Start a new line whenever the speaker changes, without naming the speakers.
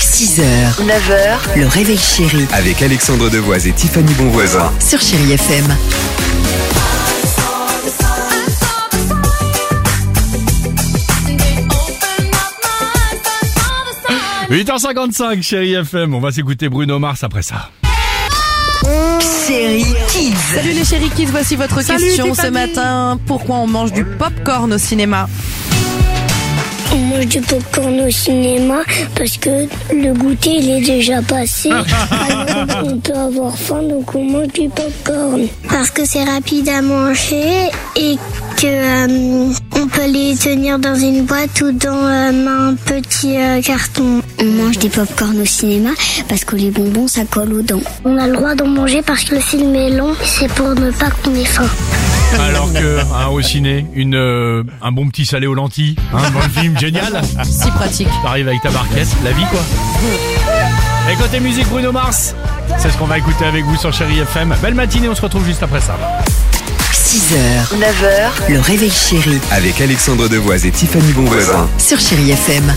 6h, 9h, le réveil chéri
Avec Alexandre Devoise et Tiffany Bonvoisin.
sur Chérie FM.
Open
8h55, chérie FM, on va s'écouter Bruno Mars après ça.
Chérie Kids.
Salut les chéri kids, voici votre question ce matin. Pourquoi on mange du popcorn au cinéma
On mange du popcorn au cinéma parce que le goûter il est déjà passé. Alors, on peut avoir faim donc on mange du popcorn. Parce que c'est rapide à manger et que euh, on peut les tenir dans une boîte ou dans euh, un petit euh, carton. On mange des popcorn au cinéma parce que les bonbons ça colle aux dents. On a le droit d'en manger parce que le film est long, c'est pour ne pas qu'on ait faim.
Alors que, hein, au ciné, une, euh, un bon petit salé aux lentilles, hein, un bon film génial.
Si pratique.
T'arrives avec ta barquette, la vie quoi. Et côté musique, Bruno Mars, c'est ce qu'on va écouter avec vous sur chérie FM. Belle matinée, on se retrouve juste après ça.
6h, 9h, le réveil chéri
Avec Alexandre Devoise et Tiffany Bonvoisin.
sur Chérie FM.